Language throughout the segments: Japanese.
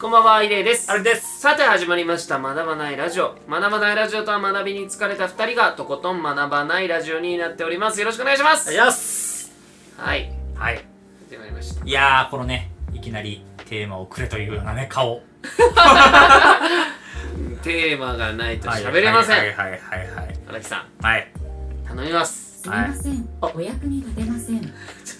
こんばんは、アイデイです。あれです。さて始まりました学ばないラジオ学ばないラジオとは学びに疲れた2人がとことん学ばないラジオになっておりますよろしくお願いしますやっす。はいはい。始まりましたいやー、このね、いきなりテーマをくれというようなね、顔。テーマがないと喋れません、はいはいはいはいはい。荒木さんはい。頼みますすみません、お役に立てません。ちょ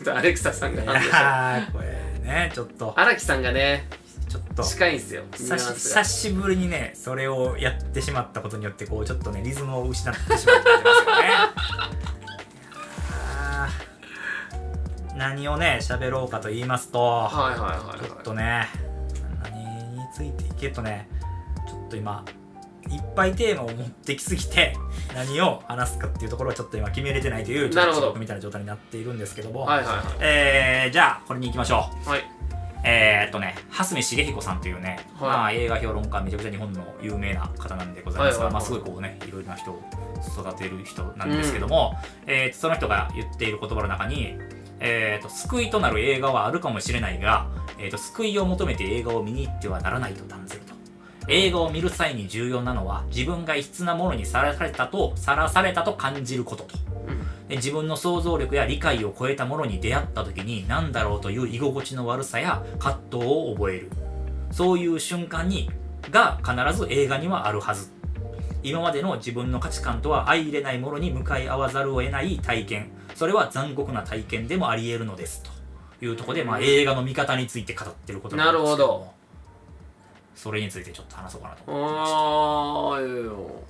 っとアレクサさんがい反応したやー、これね、ちょっと、荒木さんがねちょっと。近いんですよニュア久ンしス久がしぶりにねそれをやってしまったことによってこうちょっとねリズムを失ってしまってますよねあー何をね喋ろうかと言いますとはいはいはいちょっはとね何についていけとねちょっと今いっぱいテーマを持ってきすぎて 何を話すかっていうところはちょっと今決めれてないというちょなっるとほど遅刻みたいな状態になっているんですけども、いはいはいえー、じゃあこれに行きましょうはいえー、っとね、蓮見茂彦さんというね、はいまあ、映画評論家、めちゃくちゃ日本の有名な方なんでございますが、はいはいはいまあ、すごいこうね、いろいろな人を育てる人なんですけども、えーっとその人が言っている言葉の中に、えーっと救いとなる映画はあるかもしれないが、えーっと救いを求めて映画を見に行ってはならないと断ずると。映画を見る際に重要なのは自分が異質なものにさらされたとさらされたと感じることとで自分の想像力や理解を超えたものに出会った時に何だろうという居心地の悪さや葛藤を覚えるそういう瞬間にが必ず映画にはあるはず今までの自分の価値観とは相入れないものに向かい合わざるを得ない体験それは残酷な体験でもあり得るのですというところで、まあ、映画の見方について語ってることんですけなるほもそれについてちょっと話そうかなとうん思ってましておーいいよ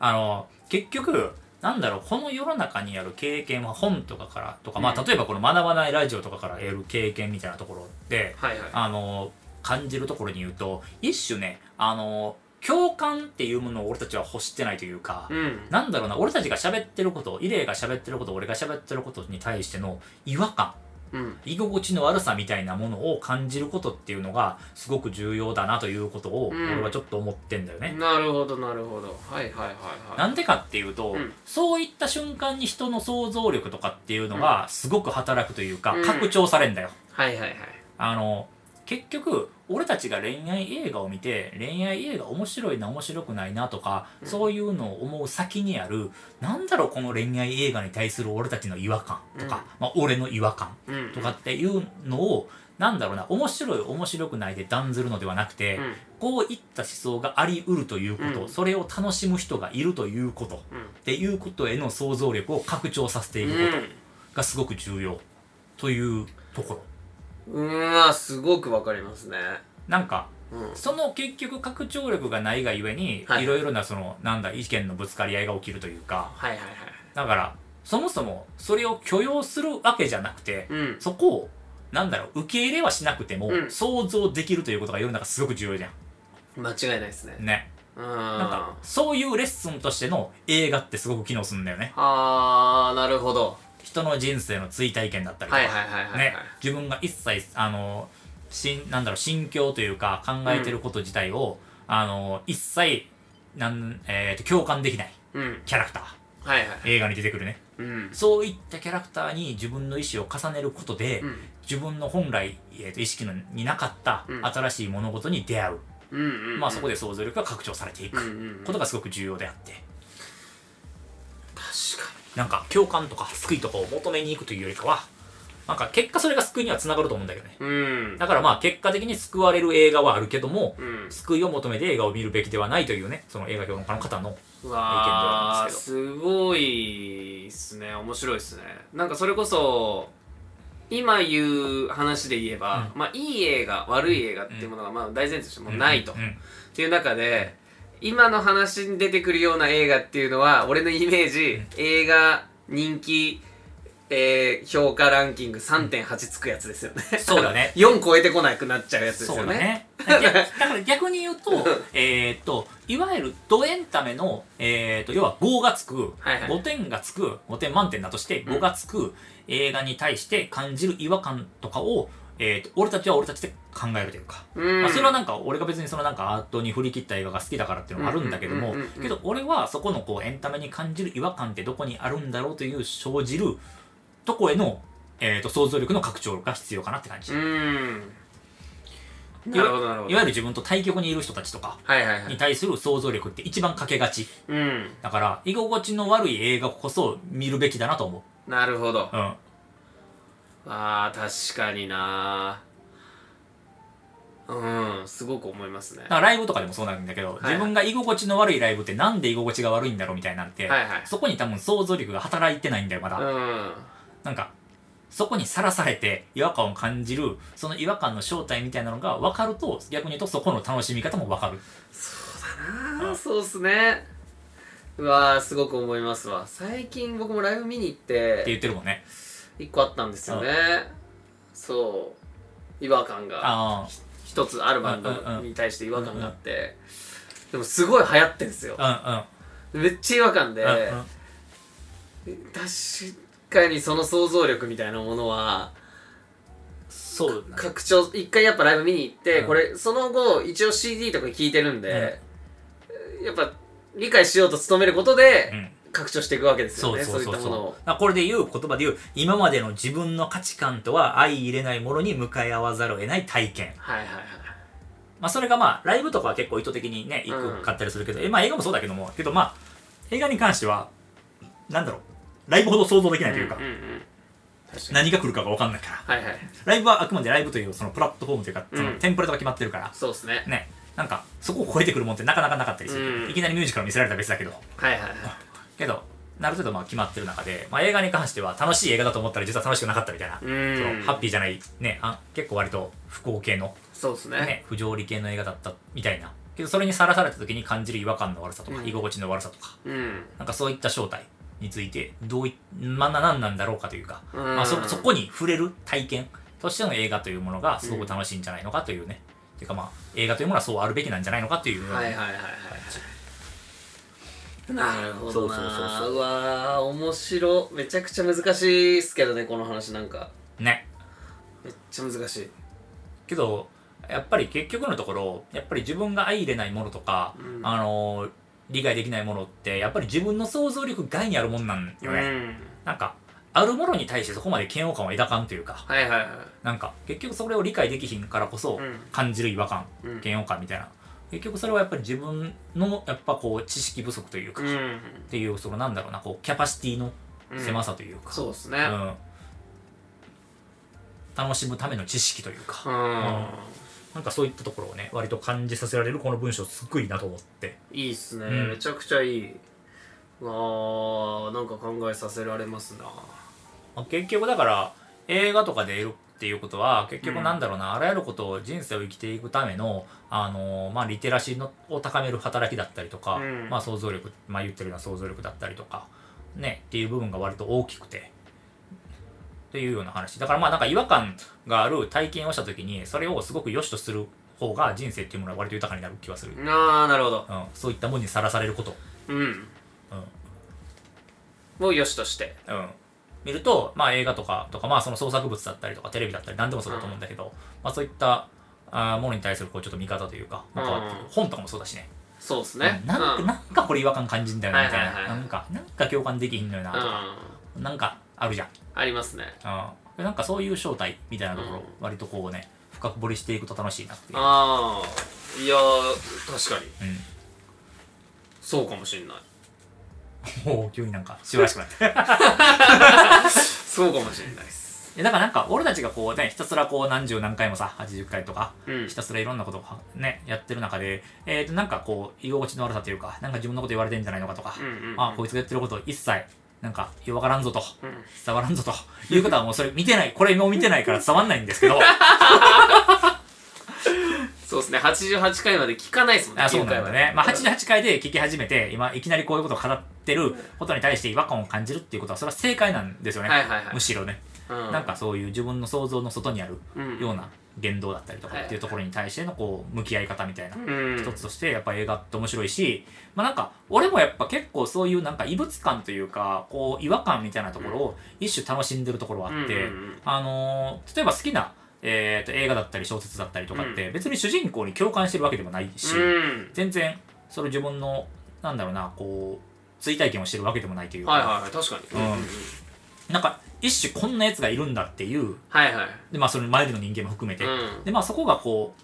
あの結局なんだろうこの世の中にある経験は本とかからとか、まうあん例えばこの「学ばないラジオ」とかから得る経験みたいなところではいはいあの感じるところに言うと一種ねあの共感っていうものを俺たちは欲してないというか、うんなんだろうな俺たちが喋ってることイレイが喋ってること俺が喋ってることに対しての違和感うん居心地の悪さみたいなものを感じることっていうのがすごく重要だなということをうん俺はちょっと思ってんだよね。なるほどなるほどはいはいはいはなんでかっていうと、うんそういった瞬間に人の想像力とかっていうのがすごく働くというか、うん拡張されんだよ。いはいはいはいあの結局俺たちが恋愛映画を見て恋愛映画面白いな面白くないなとか、うんそういうのを思う先にあるなんだろうこの恋愛映画に対する俺たちの違和感とか、まあ、俺の違和感うんとかっていうのを、なんだろうな面白い面白くないで断ずるのではなくて、うんこういった思想があり得るということ、うんそれを楽しむ人がいるということうんっていうことへの想像力を拡張させていくことがすごく重要というところ、うん、うわすごくわかりますねなんかうんその結局拡張力がないがゆえに、はいいろいろなそのなんだ意見のぶつかり合いが起きるというかはいはいはいだからそもそもそれを許容するわけじゃなくて、うんそこをなんだろう受け入れはしなくても、うん想像できるということが世の中すごく重要じゃ間違いないですねんねうんなんかそういうレッスンとしての映画ってすごく機能するんだよねあーなるほど人の人生の追体験だったりとか、はいはいはいはいはい、ね、自分が一切あのしんなんだろう心境というか考えてること自体を、あの一切なん、えーと共感できないうんキャラクターはいはい映画に出てくるねうんそういったキャラクターに自分の意思を重ねることで、うん自分の本来、えーと意識のになかったうん新しい物事に出会う、うんうんうんまあ、そこで想像力が拡張されていうんくうんうんことがすごく重要であって確なんか共感とか救いとかを求めに行くというよりかはなんか結果それが救いにはつながると思うんだけどねかにうんだからまあ結果的に救われる映画はあるけども、うん救いを求めて映画を見るべきではないというねその映画評論家の方のうわ意見ではーあるんですすごいっすね面白いっすねなんかそれこそ今言う話で言えば、まあいい映画悪い映画っていうものがまあ大前提としてもうないと、うんうんっていう中で今の話に出てくるような映画っていうのは俺のイメージ、映画人気、えー評価ランキング3.8つくやつですよね、そう だね4超えてこなくなっちゃうやつですそようだねねだから逆 だから逆に 言うとえーっといわゆるドエンタメの、えーっと要は5がつく、はいはい5点がつく5点満点だとしてうん5がつく、映画に対して感じる違和感とかを、えーっと俺たちは俺たちで考えるというか、うんまあ、それはなんか俺が別にそのなんかアートに振り切った映画が好きだからっていうのもあるんだけどうもんうんうんうんうんけど俺はそこのこうエンタメに感じる違和感ってどこにあるんだろうという生じるとこへの、えー、と想像力の拡張が必要かなって感じ、うんなるほどなるほいどわゆる自分と対極にいる人たちとかはいはいはにい対する想像力って一番かけがち。うんだから、居心地の悪い映画こそ見るべきだなと思なるほどう。うん。あー確かになうんすごく思いますねだからライブとかでもそうなんだけど、はい自分が居心地の悪いライブってなんで居心地が悪いんだろうみたいなんて、はいはいそこに多分想像力が働いてないんだよ、まだ。うんなんか、そこにさらされて違和感を感じる、その違和感の正体みたいなのが分かると、逆に言うとそこの楽しみ方も分かる。ああそうっすねうわーすごく思いますわ最近僕もライブ見に行っってて言ってるもんね。一個あったんですよねそう違和感があ一つあるバンうんうんドうんに対して違和感があってでもすごい流行ってんですよあ、めっちゃ違和感うでんうん。うんうん確かにその想像力みたいなものはそうだね。拡張一回やっぱライブ見に行って、うんこれその後一応 CD とか聞いてるんで、やっぱ理解しようと努めることで、うん。拡張していくわけですよそうねそそうういそっうたそうものをだからこれで言う言葉で言う今までの自分の価値観とは相入れないものに向かい合わざるを得ない体験、はいはいはいまあ、それがまあライブとかは結構意図的にね行くかったりするけど、えまあ映画もそうだけどもけどまあ映画に関してはなんだろうライブほど想像できないというか、うんうんうん確かに何が来るかが分かんないからはいはいライブはあくまでライブというそのプラットフォームというかそのうんテンプレートが決まってるから、そうですねねなんかそこを超えてくるもんってなかなかなかったりする、うんいきなりミュージカル見せられたら別だけどはいはいはいけどなる程度まあ決まってる中で、まあ、映画に関しては楽しい映画だと思ったら実は楽しくなかったみたいな、うそのーんハッピーじゃない、ね、あ結構割と不幸系の、そうですねね、不条理系の映画だったみたいなけどそれにさらされた時に感じる違和感の悪さとか、うん居心地の悪さとかうんなんかそういった正体についてどうい、まあ、な何なんだろうかというか、うんまあ、そそこに触れる体験としての映画というものがすごく楽しいんじゃないのかというね、ていうかまあ映画というものはそうあるべきなんじゃないのかというようなはいはいはいはいなるほどなそうそうそうそううわー面白めちゃくちゃ難しいっすけどねこの話なんかねめっちゃ難しいけどやっぱり結局のところやっぱり自分が相入れないものとか、うんあのー理解できないものってやっぱり自分の想像力外にあるもんなんようね、んなんかあるものに対してそこまで嫌悪感を抱かんというかはいはいはいなんか結局それを理解できひんからこそうん感じる違和感、うん嫌悪感みたいな結局それはやっぱり自分のやっぱこう知識不足というか、うっんていうそのなんだろうなこうキャパシティのうん狭さというか、そうですねうん楽しむための知識というか、うんなんかそういったところをね、割と感じさせられるこの文章、すっごいいいなと思って。いいっすね、うんめちゃくちゃいいうわーなんか考えさせられますなまあ結局だから、映画とかで得るっていうことは、結局なんだろうな、あらゆることを人生を生きていくための、あのーまあ、リテラシーのを高める働きだったりとか、うんまあ、想像力、まあ、言ってるような想像力だったりとか、ね、っていう部分が割と大きくて、っていうような話。だからまあ、なんか違和感がある体験をしたときに、それをすごく良しとする方が人生っていうものは割と豊かになる気はする。あーなるほどうん、そういったものにさらされること。うんうんもうよしとしてうん、見ると、まあ、映画とかとか、まあ、その創作物だったりとかテレビだったり何でもそうだと思うんだけど、まあ、そういったあーものに対するこうちょっと見方というか、まあ、変わってくるうん本とかもそうだしねそうですねうんなんかうんなんかこれ違和感感じんだよなみたいな、はいはいはいなんかなんか共感できひんのよなとうか、んなんかあるじゃん、ありますねうん、でなんかそういう正体みたいなところ、うん割とこうね深く掘りしていくと楽しいなっていう、ああいやー確かにうそうかもしんないん、 もう急になんかしばらしくなってそうかもしんないっすいやだからなんか俺たちがこうねひたすらこう何十何回もさ80回とかうんひたすらいろんなことをはねやってる中で、えー、となんかこう居心地の悪さというかなんか自分のこと言われてんじゃないのかとか、うんうんうんあこいつがやってること一切なんかよくわからんぞとうん伝わらんぞということはもう それ見てないこれもう見てないから伝わんないんですけどそうですね88回まで聞かないっすもんねあそうなんだね、まあ、回88回で聞き始めて今いきなりこういうことを語ってることに対して違和感を感じるっていうことはそれは正解なんですよね、はいはいはいむしろね、うんなんかそういう自分の想像の外にあるうんような言動だったりとかっていうところに対してのこう向き合い方みたいなうん一つとしてやっぱ映画って面白いし、まあ、なんか俺もやっぱ結構そういうなんか異物感というかこう違和感みたいなところを一種楽しんでるところはあって、うんうんうんあのー例えば好きな、えーと映画だったり小説だったりとかって別に主人公に共感してるわけでもないし、うん全然それ自分のなんだろうなこう追体験をしてるわけでもないというか、はいはいはい確かにうんうんうんなんか一種こんなやつがいるんだっていうはいはいで、まあ、その前での人間も含めて、うんでまあそこがこ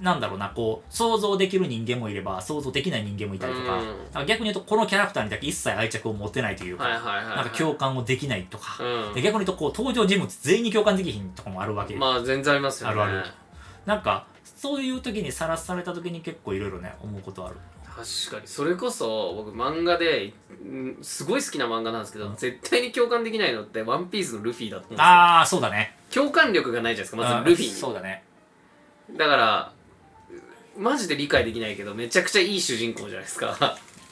うなんだろうな、こう、想像できる人間もいれば、想像できない人間もいたりとか、うんだから逆に言うと、このキャラクターにだけ一切愛着を持てないというか、はいはいはいはいなんか共感をできないとか、でう逆に言うと、こう、登場人物全員に共感できひんとかもあるわけん、でまあ全然ありますよねあるあるなんか、そういう時にさらされた時に結構いろいろね、思うことある。確かにそれこそ僕漫画で、うんすごい好きな漫画なんですけど、絶対に共感できないのって「ワンピースのルフィだと思うんですよああ、そうだね。共感力がないじゃないですかまうんずルフィにそうだね。だからマジで理解できないけどめちゃくちゃいい主人公じゃないですか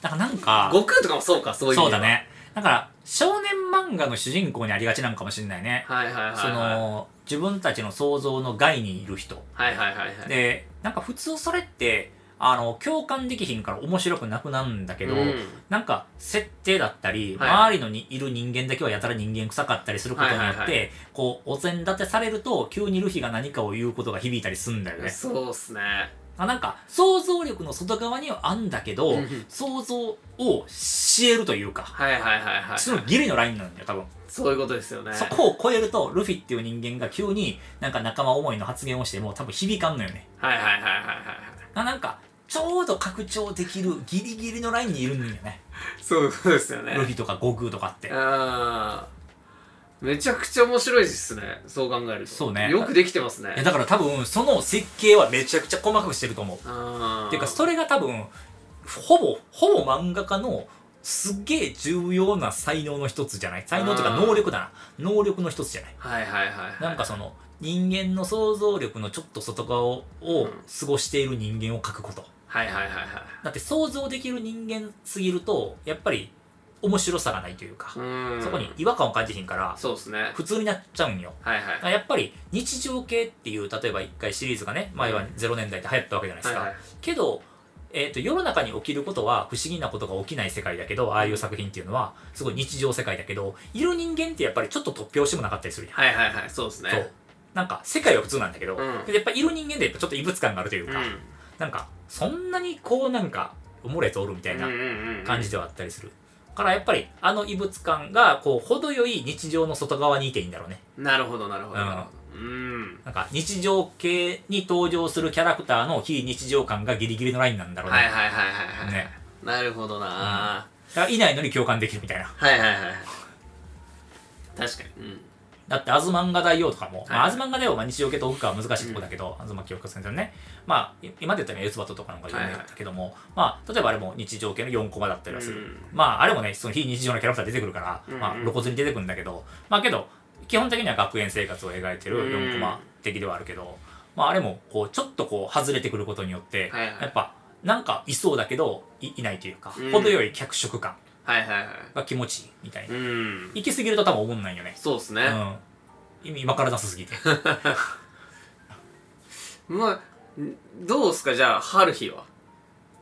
なんか、なんか、悟空とかもそうかそういう意そ味うではだね。だから、少年漫画の主人公にありがちなのかもしれないね。はいはいはいはいその、自分たちの想像の外にいる人。はいはいはいはいで、なんか普通それって、あの、共感できひんから面白くなくなんだけど、うんなんか設定だったり、はい周りのにいる人間だけはやたら人間臭かったりすることによって、はいはいはこう、お膳立てされると、急にルフィが何かを言うことが響いたりすんだよね。そうっすねあなんか、想像力の外側にはあんだけどうん、想像をし得るというか、はいはいはいはいそのギリのラインなんだよ、多分。そういうことですよねそこを超えると、ルフィっていう人間が急になんか仲間思いの発言をしても多分響かんのよね。はいはいはいはいはいななんか、ちょうど拡張できるギリギリのラインにいるんだよね。そういうことですよねルフィとか悟空とかって。あーめちゃくちゃ面白いですねそう考えるとそうねよくできてますねいやだから多分、その設計はめちゃくちゃ細かくしてると思う。あーっていうか、それが多分、ほぼ、ほぼ漫画家のすっげえ重要な才能の一つじゃない才能というかあー能力だな。能力の一つじゃないはいはいはいはいなんかその、人間の想像力のちょっと外側をを過ごしている人間を描くこと。はいはいはいはいだって想像できる人間すぎると、やっぱり面白さがないというかう、ーんそこに違和感を感じひんから、そうですね普通になっちゃうんよ。はいはいだからやっぱり日常系っていう、例えば一回シリーズがね、前は0年代で流行ったわけじゃないですか。はいはいけど、えー、と世の中に起きることは不思議なことが起きない世界だけどああいう作品っていうのはすごい日常世界だけどいる人間ってやっぱりちょっと突拍子もなかったりするやん、はいはいはいそうですねそうなんか世界は普通なんだけうど、んけどやっぱいる人間でやっぱちょっと異物感があるといううんか、なんかそんなにこうなんかおもれとおるみたいなうんうん感じではあったりする、だからやっぱりあの異物感がこう程よい日常の外側にいていいんだろうねなるほどなるほどうんなるほどうんなんか日常系に登場するキャラクターの非日常感がギリギリのラインなんだろうね、はいはいはいはいはいねなるほどなだからいないのに共感できるみたいなはいはいはいはい確かにうんだって、アズマンガ大王とかも、まあ、はいアズマンガ大王は日常系と奥が難しいとこだけど、アズマ清子先生のね、まあ、い今で言ったら四つ葉ととかの方が有名だったけども、まあ、例えばあれも日常系の4コマだったりはする。うんまあ、あれもね、その非日常のキャラクター出てくるから、うんうんまあ、露骨に出てくるんだけど、まあけど、基本的には学園生活を描いてる4コうんマ的ではあるけど、まあ、あれも、こう、ちょっとこう、外れてくることによって、はいはいやっぱ、なんかいそうだけど、いいないというか、うん程よい脚色感はいはいはいが気持ちいいみたいな。うん行き過ぎると多分思んないよね。そうですねうん、意味わからなさすぎてまあんどうすかじゃあ春日は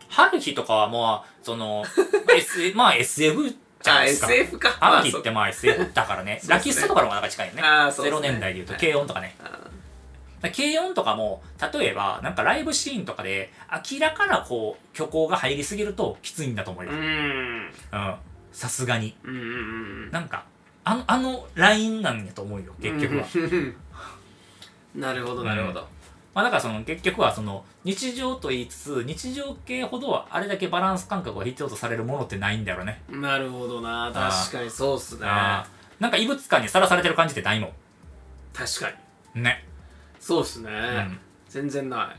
春日とかはまあその、 まあ S まあ、SF じゃなあいですか SF かまあ春日ってまあ SF だからねそうっすねラキストとかの方がなんか近いよねあーそうっすね0年代でいうとはい軽音とかね、あーだから軽音とかも例えばなんかライブシーンとかで明らかなこう虚構が入りすぎるときついんだと思いそうまうすんうんさすがにうんうんうんなんかあのあのラインなんやと思うよ結局は、はなるほどなるほどまあ、だからその結局はその日常と言いつつ日常系ほどはあれだけバランス感覚が必要とされるものってないんだろうねなるほどな確かにそうっすねあーなんか異物感にさらされてる感じってないも確かにんね、そうっすうねん、全然な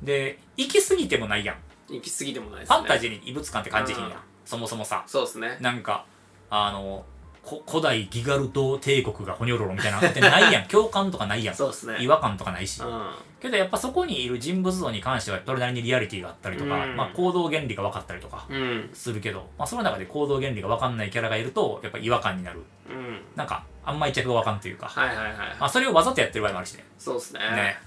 で行き過ぎてもないやんフい行き過ぎてもないですねァンタジーに異物感って感じひんやんうんそもそもさそうっすねなんかあのこ古代ギガルト帝国がホニョロロみたいなのってな いやん共感とかないやんそうっすね違和感とかないしうんけどやっぱそこにいる人物像に関してはそれなりにリアリティがあったりとか、うんまあ、行動原理が分かったりとかうんするけど、まあ、その中で行動原理が分かんないキャラがいるとやっぱ違和感になるうんなんかあんまり着が分かんというか、はいはいはいまあ、それをわざとやってる場合もあるしねそうっすねね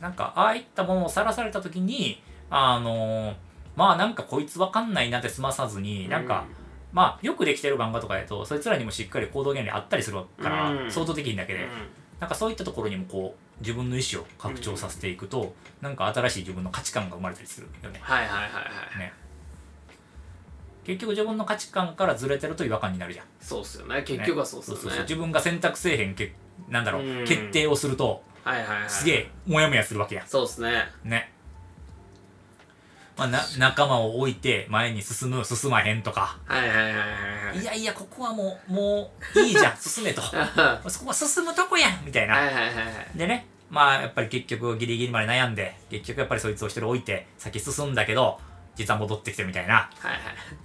なんかああいったものをさらされた時にあのーまあなんかこいつ分かんないなって済まさずになんか、まあよくできてる漫画とかだとそいつらにもしっかり行動原理あったりするから、うん想像できるだけうんで、なんかそういったところにもこう自分の意思を拡張させていくと、なんか新しい自分の価値観が生まれたりするよねはいはいはいはいね結局自分の価値観からずれてると違和感になるじゃんそうっすよね結局はそうっすそうよそうねそう自分が選択せえへんけなんだろう、うん決定をするとはいはいはいすげえモヤモヤするわけやそうっすねねまあ、な仲間を置いて前に進む進まへんとかはいはいはいはいはいいやいやここはもうもういいじゃん進めとあはそこは進むとこやんみたいははな、いはいはいはいでねまあやっぱり結局ギリギリまで悩んで結局やっぱりそいつを一人置いて先進んだけど実は戻ってきてみたいなは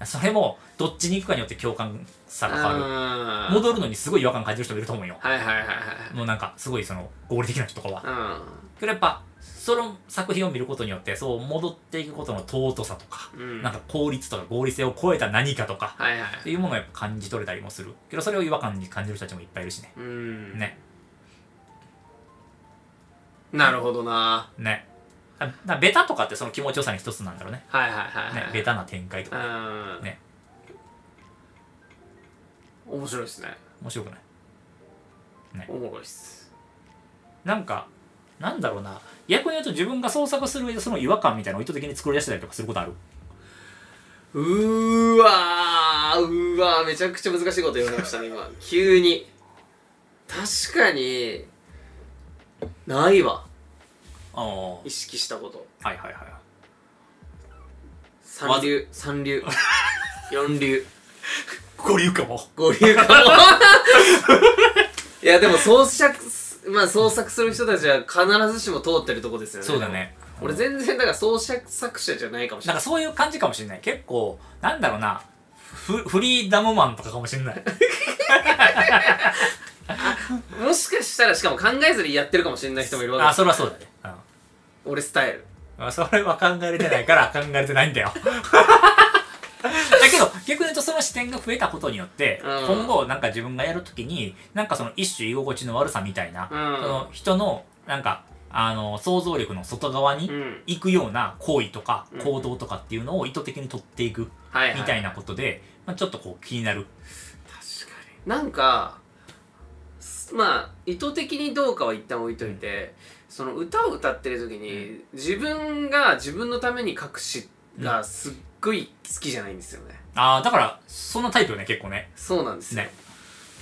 いそれもどっちに行くかによって共感さが変わるはいうん戻るのにすごい違和感感じる人もいると思うよはいはいはいもうなんかすごいその合理的な人とかははけどやっぱその作品を見ることによってそう戻っていくことの尊さとか、いうんうんなんか効率とか合理性を超えた何かとかはいはいっていうものをやっぱ感じ取れたりもするけどそれを違和感に感じる人たちもいっぱいいるしねうんねなるほどなねだだからベタとかってその気持ちよさに一つなんだろうねはいはいはいねはいベタな展開とかうんね面白いですね面白くないおもろいっすなんかなんだろうな逆に言うと自分が創作する上でその違和感みたいなのを意図的に作り出してたりとかすることあるうーわーうーわーめちゃくちゃ難しいこと言われましたね 今急に確かにないわああは意識したこといはいはい三流三 流四流合流かも五流 かもいやでも創作すまあ創作する人たちは必ずしも通ってるとこですよねそうだね俺全然だから創作作者じゃないかもしれなんなかいそういう感じかもしれない結構なんだろうなフフリーダムマンとかかもしれないもしかしたらしかも考えずにやってるかもしれない人もいるわけあでそれはそうだね、うんす俺スタイルまあ、それは考えれてないから 考えれてないんだよだけど逆に言うとその視点が増えたことによって、うん今後なんか自分がやるときになんかその一種居心地の悪さみたいな、うんその人のなんかあの想像力の外側にうん行くような行為とかうん行動とかっていうのを意図的に取っていくはい、はい、みたいなことで、まあ、ちょっとこう気になる確かになんかすまあ意図的にどうかは一旦置いといて、その歌を歌ってる時に、自分が自分のために書く詩がすっごい好きじゃないんですよね、ああだからそんなタイプよね結構ねそうなんですよ、ね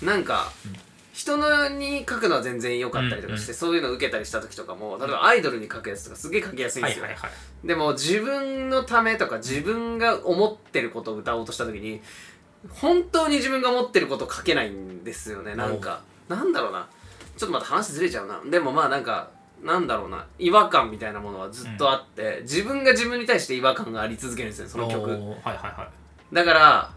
なんか、うん人のに書くのは全然良かったりとかして、うんうそういうの受けたりした時とかも例えばアイドルに書くやつとかすげえ書きやすいんですよ、はいでも自分のためとか自分が思ってることを歌おうとした時に本当に自分が思ってることを書けないんですよねなんかなんだろうなちょっとまた話ずれちゃうなでもまあなんかなんだろうな違和感みたいなものはずっとあって、自分が自分に対して違和感があり続けるんですよねそのおー曲はいはいはだから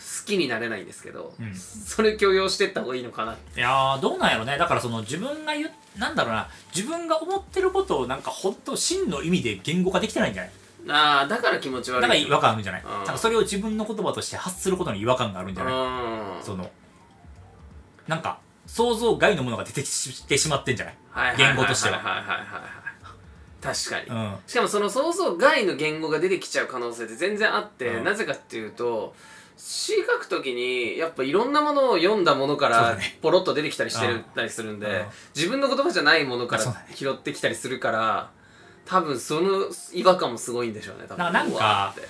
好きになれないんですけど、うんそれ許容してった方がいいのかないいやーどうなんやろねだからその自分が言うなんだろうな自分が思ってることをなんか本当真の意味で言語化できてないんじゃないあーだから気持ち悪だいから違和感あるんじゃないうんなんかそれを自分の言葉として発することに違和感があるんじゃないうんそのなんか想像外のものが出てきてしまってんじゃないはいはいはいはい言語としてはいいいはいはい確かに、うんしかもその想像外の言語が出てきちゃう可能性って全然あって、うんなぜかっていうと詩書くときにやっぱいろんなものを読んだものかそうだらねポロッと出てきたりしてうるんたりするんで、うん自分の言葉じゃないものかそうらだね拾ってきたりするから多分その違和感もすごいんでしょうね多分ななんうかわーって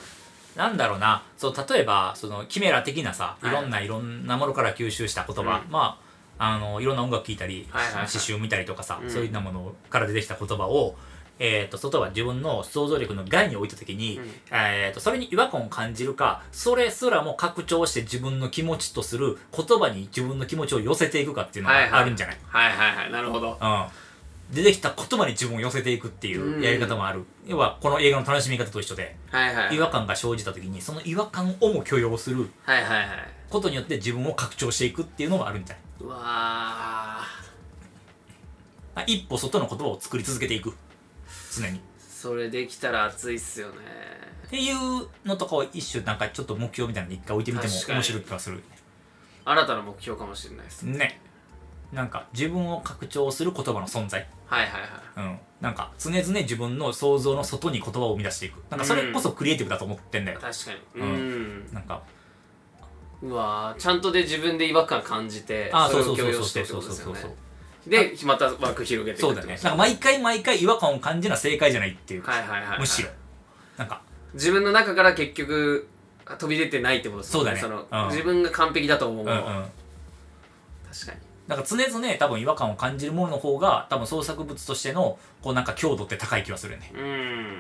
なんだろうなそう例えばそのキメラ的なさいはいろんないろんなものから吸収した言葉、うんまああのいろんな音楽聴いたり、はいはいはい詩集見たりとかさ、うんそういうようなものから出てきた言葉を、えー、と外は自分の想像力の外に置いた時に、うんえー、とそれに違和感を感じるかそれすらも拡張して自分の気持ちとする言葉に自分の気持ちを寄せていくかっていうのはいはがいあるんじゃない、はいはいはいなるほどうん、出てきた言葉に自分を寄せていくっていうやり方もある、要はこの映画の楽しみ方と一緒で。はいはいはい違和感が生じた時にその違和感をも許容するはいはいことによって自分を拡張していくっていうのがあるんじゃないうわーあ一歩外の言葉を作り続けていく常にっそれできたら熱いっすよねていうのとかを一種なんかちょっと目標みたいなのに一回置いてみても確かに面白い気がする新たな目標かもしれないですねねなんか自分を拡張する言葉の存在はいはいはいうんなんか常々自分の想像の外に言葉を生み出していくなんかそれこそクリエイティブだと思ってんだよ、確かにう、うんなんかうわーちゃんとで自分で違和感感じてああそそうれそを共有うそうそうしてそっうてそこうとそですうそうよねでまた枠広げていそうくっだてこよとねですなんか毎回毎回違和感を感じな正解じゃないっていうはいはいはいむしろなんか自分の中から結局あ飛び出てないってことですよそうだねその、うん自分が完璧だと思ううもんうの、ん確かになんか常々多分違和感を感じるものの方が多分創作物としてのこうなんか強度って高い気がするよね、うんうん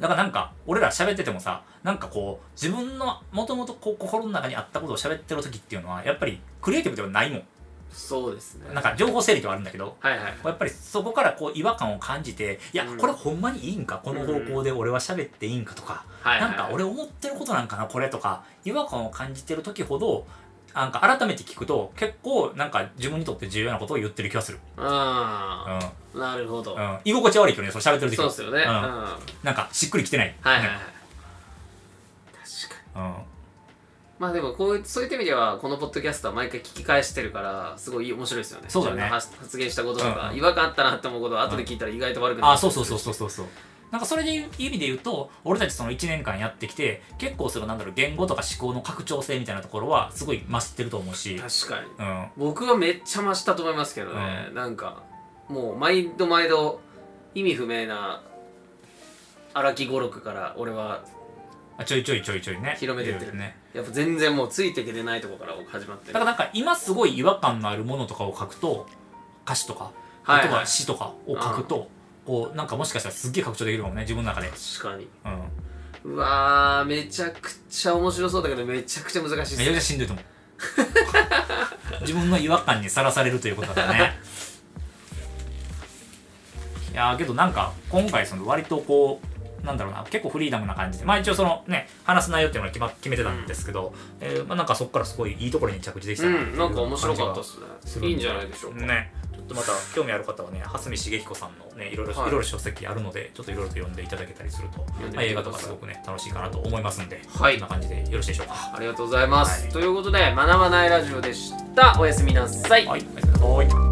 だからなんか、俺ら喋っててもさ、なんかこう、自分のもともと心の中にあったことを喋ってる時っていうのは、やっぱりクリエイティブではないもん。そうですねなんか情報整理ではあるんだけど、はいはいやっぱりそこからこう違和感を感じて、いやうん、これほんまにいいんか、この方向で俺は喋っていいんかとか、はいはいなんか俺思ってることなんかなこれとか違和感を感じてる時ほどなんか改めて聞くと結構なんか自分にとって重要なことを言ってる気がする、うああんなるほど、うん、居心地悪いけどねそう喋ってる時そうですよね、ううんん、はなんかしっくりきてない、いはいはい、ね確かにうん、まあでもこういうそういった意味ではこのポッドキャストは毎回聞き返してるからすごい面白いですよねそうだね自分の発発言したこととか、うん違和感あったなって思うことは後で聞いたら意外と悪くない、あそうそうそうそうそうそうなんかそれでいう意味で言うと俺たちその1年間やってきて結構そのなんだろう言語とか思考の拡張性みたいなところはすごい増してると思うし、確かにうん、僕はめっちゃ増したと思いますけどね、うなんかもう毎度毎度意味不明な荒木語録から俺はあちょいちょいちょいちょいね広めてってるいろいろねやっぱ全然もうついていけてないとこから僕始まってるだからなんか今すごい違和感のあるものとかを書くと歌詞とかはい例えば詩とかを書くと、こうなんかもしかしたらすっげえ拡張できるかもね自分の中で、確かにうん、うわーめちゃくちゃ面白そうだけどめちゃくちゃ難しいめちゃでくちゃすしんどいと思う 自分の違和感にさらされるということだから ねいやーけどなんか今回その割とこうなんだろうな結構フリーダムな感じでまあ一応そのね話す内容っていうのは決,、ま、決めてたんですけど、えーまあ、なんかそこからすごいいいところに着地できたうなっていんなんか面白かったっすするねいいんじゃないでしょうか、ねちょっとまた興味ある方はね蓮見茂彦さんのねいろいろ、はいい、ろいろ書籍あるのでちょっといろいろと読んでいただけたりすると、んでみてまあ、映画とくだかさすいごくね楽しいかなと思いますんで、はいこんな感じでよろしいでしょうかありがとうございます、はいということで学ばないラジオでしたおやすみなさいはいおやすみなさい